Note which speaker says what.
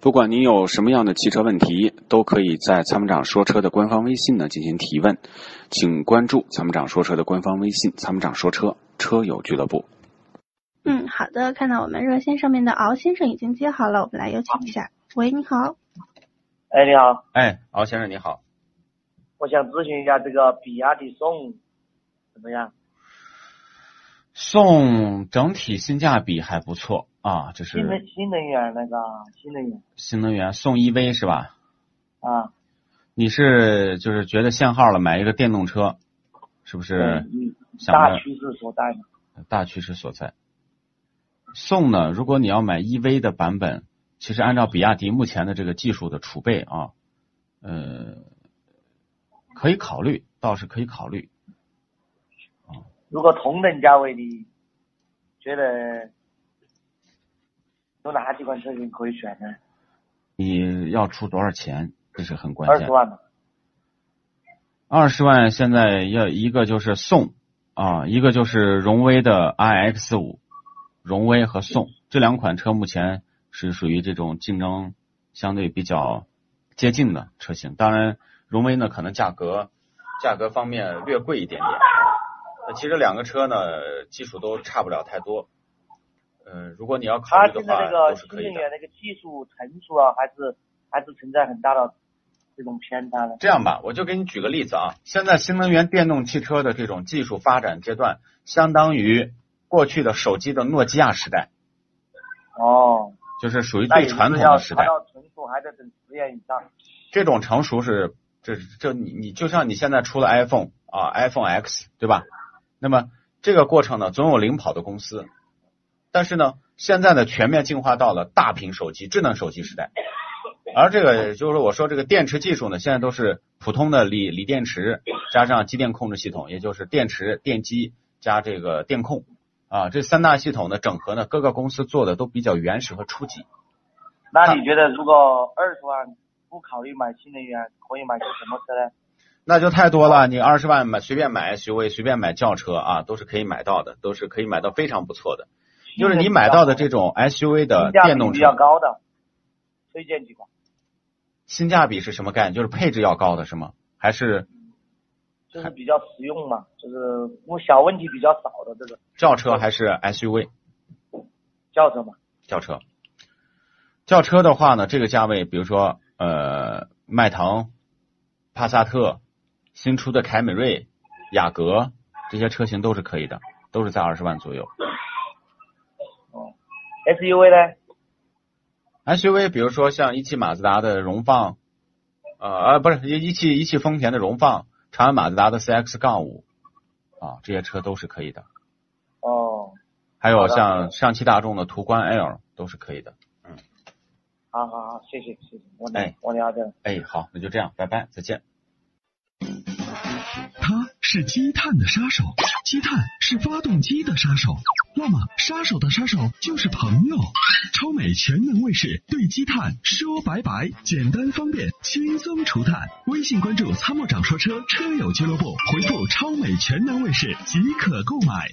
Speaker 1: 不管您有什么样的汽车问题，都可以在参谋长说车的官方微信呢进行提问，请关注参谋长说车的官方微信“参谋长说车车友俱乐部
Speaker 2: 嗯，好的，看到我们热线上面的敖先生已经接好了，我们来有请一下。喂，你好。
Speaker 3: 哎，你好，”。
Speaker 1: 哎，敖先生你好，
Speaker 3: 我想咨询一下这个比亚迪宋怎么样？
Speaker 1: 宋整体性价比还不错啊，这
Speaker 3: 新
Speaker 1: 是
Speaker 3: 能新能源那个啊新能源
Speaker 1: 新能源宋 EV 是吧？
Speaker 3: 啊，
Speaker 1: 你是就是觉得限号了，买一个电动车，是不是
Speaker 3: 嗯，
Speaker 1: 想
Speaker 3: 大
Speaker 1: 着
Speaker 3: 趋势所在嘛。
Speaker 1: 大趋势所在？宋呢，如果你要买 EV 的版本，其实按照比亚迪目前的这个技术的储备啊，呃，可以考虑，倒是可以考虑。
Speaker 3: 如果同等价位你觉得有哪几款车型可以选呢？
Speaker 1: 你要出多少钱，这是很关
Speaker 3: 二
Speaker 1: 键
Speaker 3: 十。万吧，
Speaker 1: 二十万现在要一个就是宋啊，一个就是荣威的 iX 五，荣威和宋这两款车目前是属于这种竞争相对比较接近的车型。当然，荣威呢可能价格价格方面略贵一点点。那其实两个车呢技术都差不了太多。嗯、如果你要考
Speaker 3: 它
Speaker 1: 虑的
Speaker 3: 现在
Speaker 1: 话，
Speaker 3: 那个
Speaker 1: 都是
Speaker 3: 新
Speaker 1: 可以
Speaker 3: 能
Speaker 1: 的。
Speaker 3: 源那个技术成熟啊，还是还是存在很大的这种偏差的。
Speaker 1: 这样吧，我就给你举个例子啊。现在新能源电动汽车的这种技术发展阶段，相当于过去的手机的诺基亚时代，
Speaker 3: 哦，
Speaker 1: 就是属于
Speaker 3: 那
Speaker 1: 最
Speaker 3: 也就
Speaker 1: 传
Speaker 3: 是
Speaker 1: 统
Speaker 3: 要
Speaker 1: 的时代
Speaker 3: 达。到成熟还得等十年以上。
Speaker 1: 这种成熟是，这这你你就像你现在出了 iPhone 啊，iPhone X 对吧？那么这个过程呢，总有领跑的公司，但是呢，现在呢全面进化到了大屏手机、智能手机时代，而这个就是我说这个电池技术呢，现在都是普通的锂锂电池加上机电控制系统，也就是电池、电机加这个电控啊，这三大系统的整合呢，各个公司做的都比较原始和初级。
Speaker 3: 那
Speaker 1: 啊
Speaker 3: 你觉得如果二十万不考虑买新能源，可以买些什么车呢？
Speaker 1: 那就太多了，你二十万买随便买 SUV，随便买轿车啊，都是可以买到的，都是可以买到非常不错的。就是你买到的这种 SUV 的
Speaker 3: 性价比
Speaker 1: 电动
Speaker 3: 比较
Speaker 1: 车，
Speaker 3: 高的，推荐几款？
Speaker 1: 性价比是什么概念？就是配置要高的是吗？还是
Speaker 3: 就是比较实用嘛，就是我小问题比较少的这个
Speaker 1: 轿车还是 SUV？
Speaker 3: 轿车嘛。
Speaker 1: 轿车，轿车的话呢，这个价位，比如说呃，迈腾、帕萨特、新出的凯美瑞、雅阁这些车型都是可以的，都是在二十万左右。
Speaker 3: 哦，SUV 呢？
Speaker 1: SUV，比如说像一汽马自达的荣放，呃啊不是一汽一汽丰田的荣放，长安马自达的 CX 杠五，啊这些车都是可以的。
Speaker 3: 哦，
Speaker 1: 还有
Speaker 3: 好的好
Speaker 1: 像
Speaker 3: 的
Speaker 1: 上汽大众的途观 L 都是可以的。
Speaker 3: 好好好，谢谢谢谢，我了、
Speaker 1: 哎
Speaker 3: 我了解了。
Speaker 1: 哎，好，那就这样，拜拜，再见。
Speaker 4: 它是积碳的杀手，积碳是发动机的杀手。那么，杀手的杀手就是朋友。超美全能卫士对积碳说拜拜，简单方便，轻松除碳。微信关注“参谋长说车”车友俱乐部，回复“超美全能卫士”即可购买。